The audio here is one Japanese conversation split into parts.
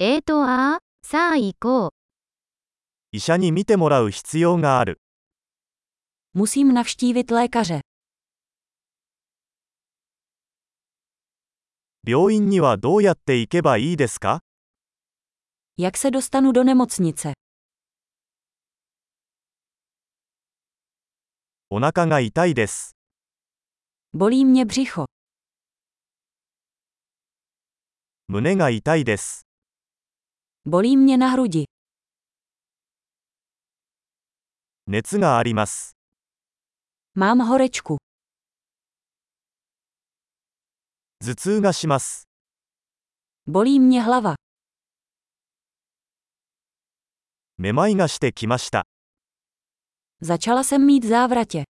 えーとあー、さあ行こう。医者に診てもらう必要がある。 Musím navštívit lékaře. 病院にはどうやって行けばいいですか Jak se dostanu do nemocnice? お腹が痛いです。 Bolí mě břicho. 胸が痛いです。 Bolí mě na hrudi. 熱があります。 Mám horečku. 頭痛がします。 Bolí mě hlava. めまいがしてきました。 Začala jsem mít závratě.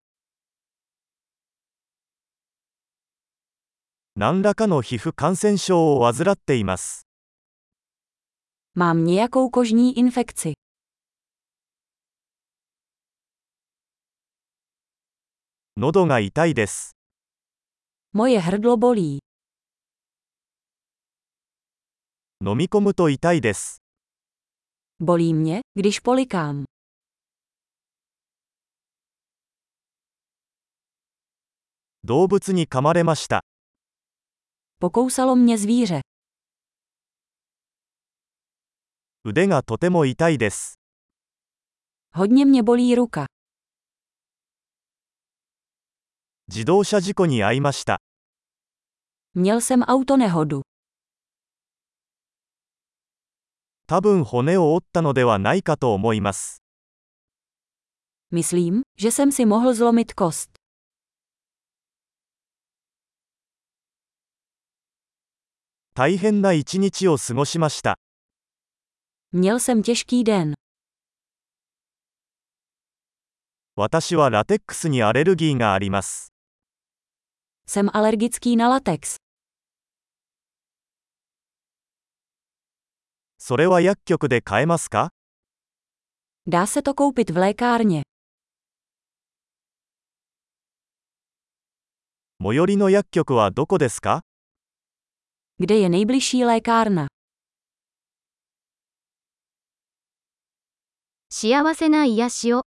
何らかの皮膚感染症を患っています。 Mám nějakou kožní infekci. 喉が痛いです。 Moje hrdlo bolí. 飲み込むと痛いです。 Bolí mě, když polikám. 動物に噛まれました。 Pokousalo mě zvíře. 腕がとても痛いです。 Hodně mě bolí ruka. 自動車事故に遭いました。 Měl jsem autonehodu. 多分骨を折ったのではないかと思います。 Myslím, že jsem si mohl zlomit kost. 大変な一日を過ごしました。 Měl jsem těžký den. 私はラテックスにアレルギーがあります。 Jsem alergický na latex. それは薬局で買えますか Dá se to koupit v lékárně. 最寄りの薬局はどこですか Kde je nejbližší lékárna? 幸せな癒しを。